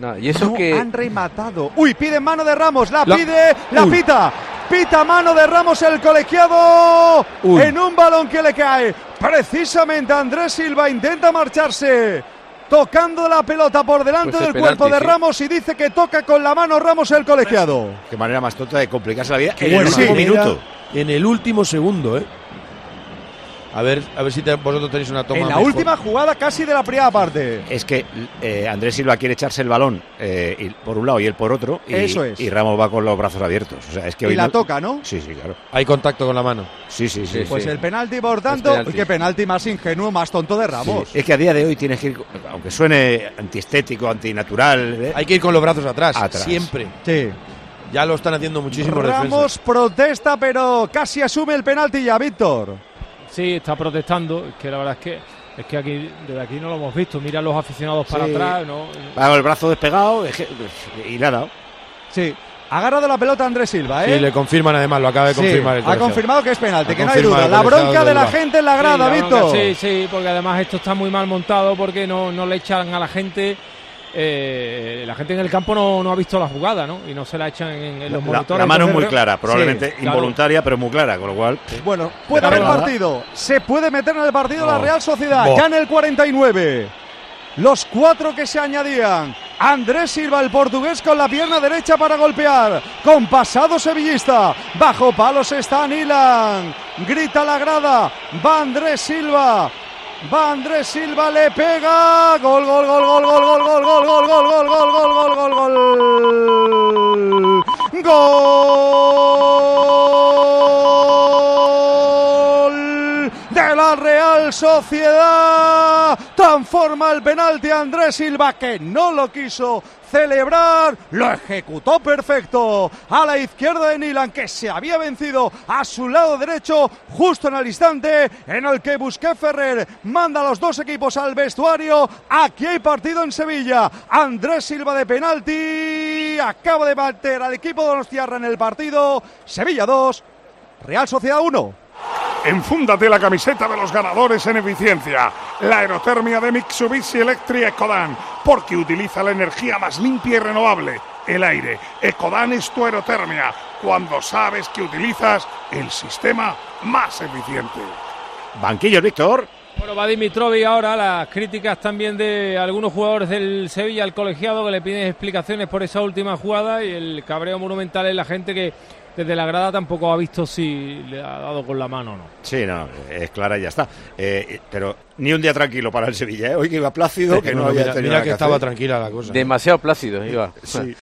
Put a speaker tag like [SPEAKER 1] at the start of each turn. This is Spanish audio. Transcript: [SPEAKER 1] No, y eso
[SPEAKER 2] No
[SPEAKER 1] que.
[SPEAKER 2] han rematado. Uy, pide mano de Ramos, la, pide, la
[SPEAKER 1] Uy.
[SPEAKER 2] pita. Pita mano de Ramos el colegiado
[SPEAKER 1] Uy.
[SPEAKER 2] en un balón que le cae. Precisamente Andrés Silva intenta marcharse. Tocando la pelota por delante
[SPEAKER 1] Pues es
[SPEAKER 2] del cuerpo de
[SPEAKER 1] penalti, sí. Pues
[SPEAKER 2] Ramos y dice que toca con la mano Ramos el colegiado.
[SPEAKER 3] Qué manera más tonta de complicarse la vida en
[SPEAKER 2] Bueno,
[SPEAKER 3] el último
[SPEAKER 2] sí.
[SPEAKER 3] minuto.
[SPEAKER 4] En el último segundo, ¿eh? A ver, a ver si te- vosotros tenéis una toma.
[SPEAKER 2] en la
[SPEAKER 4] mejor.
[SPEAKER 2] última jugada casi de la primera parte.
[SPEAKER 3] Es que eh, Andrés Silva quiere echarse el balón eh, y- por un lado y él por otro. Y,
[SPEAKER 2] Eso es.
[SPEAKER 3] y Ramos va con los brazos abiertos. O sea, es que
[SPEAKER 2] Y
[SPEAKER 3] hoy
[SPEAKER 2] la
[SPEAKER 3] no-
[SPEAKER 2] toca, ¿no?
[SPEAKER 3] Sí, sí, claro.
[SPEAKER 4] Hay contacto con la mano.
[SPEAKER 3] Sí, sí, sí.
[SPEAKER 1] Sí,
[SPEAKER 2] Pues
[SPEAKER 1] sí.
[SPEAKER 2] el penalti, por tanto,
[SPEAKER 1] penalti.
[SPEAKER 2] qué penalti más ingenuo, más tonto de Ramos.
[SPEAKER 3] Es que a día de hoy tienes que ir, aunque suene antiestético, antinatural, ¿eh?
[SPEAKER 4] Hay que ir con los brazos atrás.
[SPEAKER 3] Atrás.
[SPEAKER 4] Siempre.
[SPEAKER 2] Sí.
[SPEAKER 4] Ya lo están haciendo muchísimos defensas.
[SPEAKER 2] Ramos protesta, pero casi asume el penalti ya, Víctor.
[SPEAKER 5] Sí, está protestando, es que la verdad es que es que aquí desde aquí no lo hemos visto, mira los aficionados para
[SPEAKER 3] Sí.
[SPEAKER 5] atrás, no
[SPEAKER 3] va con el brazo despegado es que- y nada.
[SPEAKER 2] Sí. Ha agarrado la pelota Andrés Silva, ¿eh?
[SPEAKER 4] Sí, le confirman además, lo acaba de
[SPEAKER 2] Sí,
[SPEAKER 4] confirmar el
[SPEAKER 2] ha
[SPEAKER 4] colegiado.
[SPEAKER 2] confirmado que es penalti,
[SPEAKER 4] Ha
[SPEAKER 2] que no hay duda.
[SPEAKER 4] confirmado
[SPEAKER 2] La
[SPEAKER 4] el colegiado
[SPEAKER 2] bronca
[SPEAKER 4] de
[SPEAKER 2] de la
[SPEAKER 4] Bilbao.
[SPEAKER 2] gente en la
[SPEAKER 5] Sí,
[SPEAKER 2] grada,
[SPEAKER 5] la bronca,
[SPEAKER 2] Víctor.
[SPEAKER 5] Sí, sí, porque además esto está muy mal montado porque no, no le echan a la gente. eh, la gente en el campo no, no ha visto la jugada, ¿no? Y no se la echan en, en los
[SPEAKER 3] La,
[SPEAKER 5] monitores.
[SPEAKER 3] la mano es muy
[SPEAKER 5] entonces-
[SPEAKER 3] clara, probablemente
[SPEAKER 5] claro.
[SPEAKER 3] involuntaria, pero muy clara, con lo cual.
[SPEAKER 2] Bueno, puede
[SPEAKER 3] Pero
[SPEAKER 2] haber
[SPEAKER 3] nada.
[SPEAKER 2] partido. Se puede meter en el partido la
[SPEAKER 4] No.
[SPEAKER 2] Real Sociedad,
[SPEAKER 4] No.
[SPEAKER 2] ya en el 49. Los cuatro que se añadían. Andrés Silva, el portugués, con la pierna derecha para golpear. Con pasado sevillista. Bajo palos está Nilan. Grita la grada. Va Andrés Silva. Va Andrés Silva, le pega. Gol, gol, gol, gol, gol, gol, gol, gol, gol, gol, gol, gol, gol, gol, gol, gol. Gol de la Real Sociedad. Transforma el penalti a Andrés Silva, que no lo quiso celebrar, lo ejecutó perfecto a la izquierda de Nilan que se había vencido a su lado derecho justo en el instante en el que Busqué Ferrer manda a los dos equipos al vestuario aquí hay partido en Sevilla Andrés Silva de penalti acaba de bater al equipo de Donostiarra en el partido Sevilla 2 Real Sociedad 1
[SPEAKER 6] Enfúndate la camiseta de los ganadores en eficiencia. La aerotermia de Mitsubishi Electric Ecodan, porque utiliza la energía más limpia y renovable, el aire. Ecodan es tu aerotermia, cuando sabes que utilizas el sistema más eficiente.
[SPEAKER 3] Banquillos, Víctor.
[SPEAKER 5] Bueno, va Dimitrovic ahora, las críticas también de algunos jugadores del Sevilla al colegiado que le piden explicaciones por esa última jugada y el cabreo monumental es la gente que desde la grada tampoco ha visto si le ha dado con la mano o no.
[SPEAKER 3] Sí, no, es clara y ya está. Eh, pero ni un día tranquilo para el Sevilla, ¿eh? Hoy que iba plácido, que no, había
[SPEAKER 4] mira,
[SPEAKER 3] tenido
[SPEAKER 4] mira
[SPEAKER 3] nada
[SPEAKER 4] que estaba
[SPEAKER 3] hacer.
[SPEAKER 4] tranquila la cosa.
[SPEAKER 1] Demasiado plácido, iba.
[SPEAKER 3] Sí.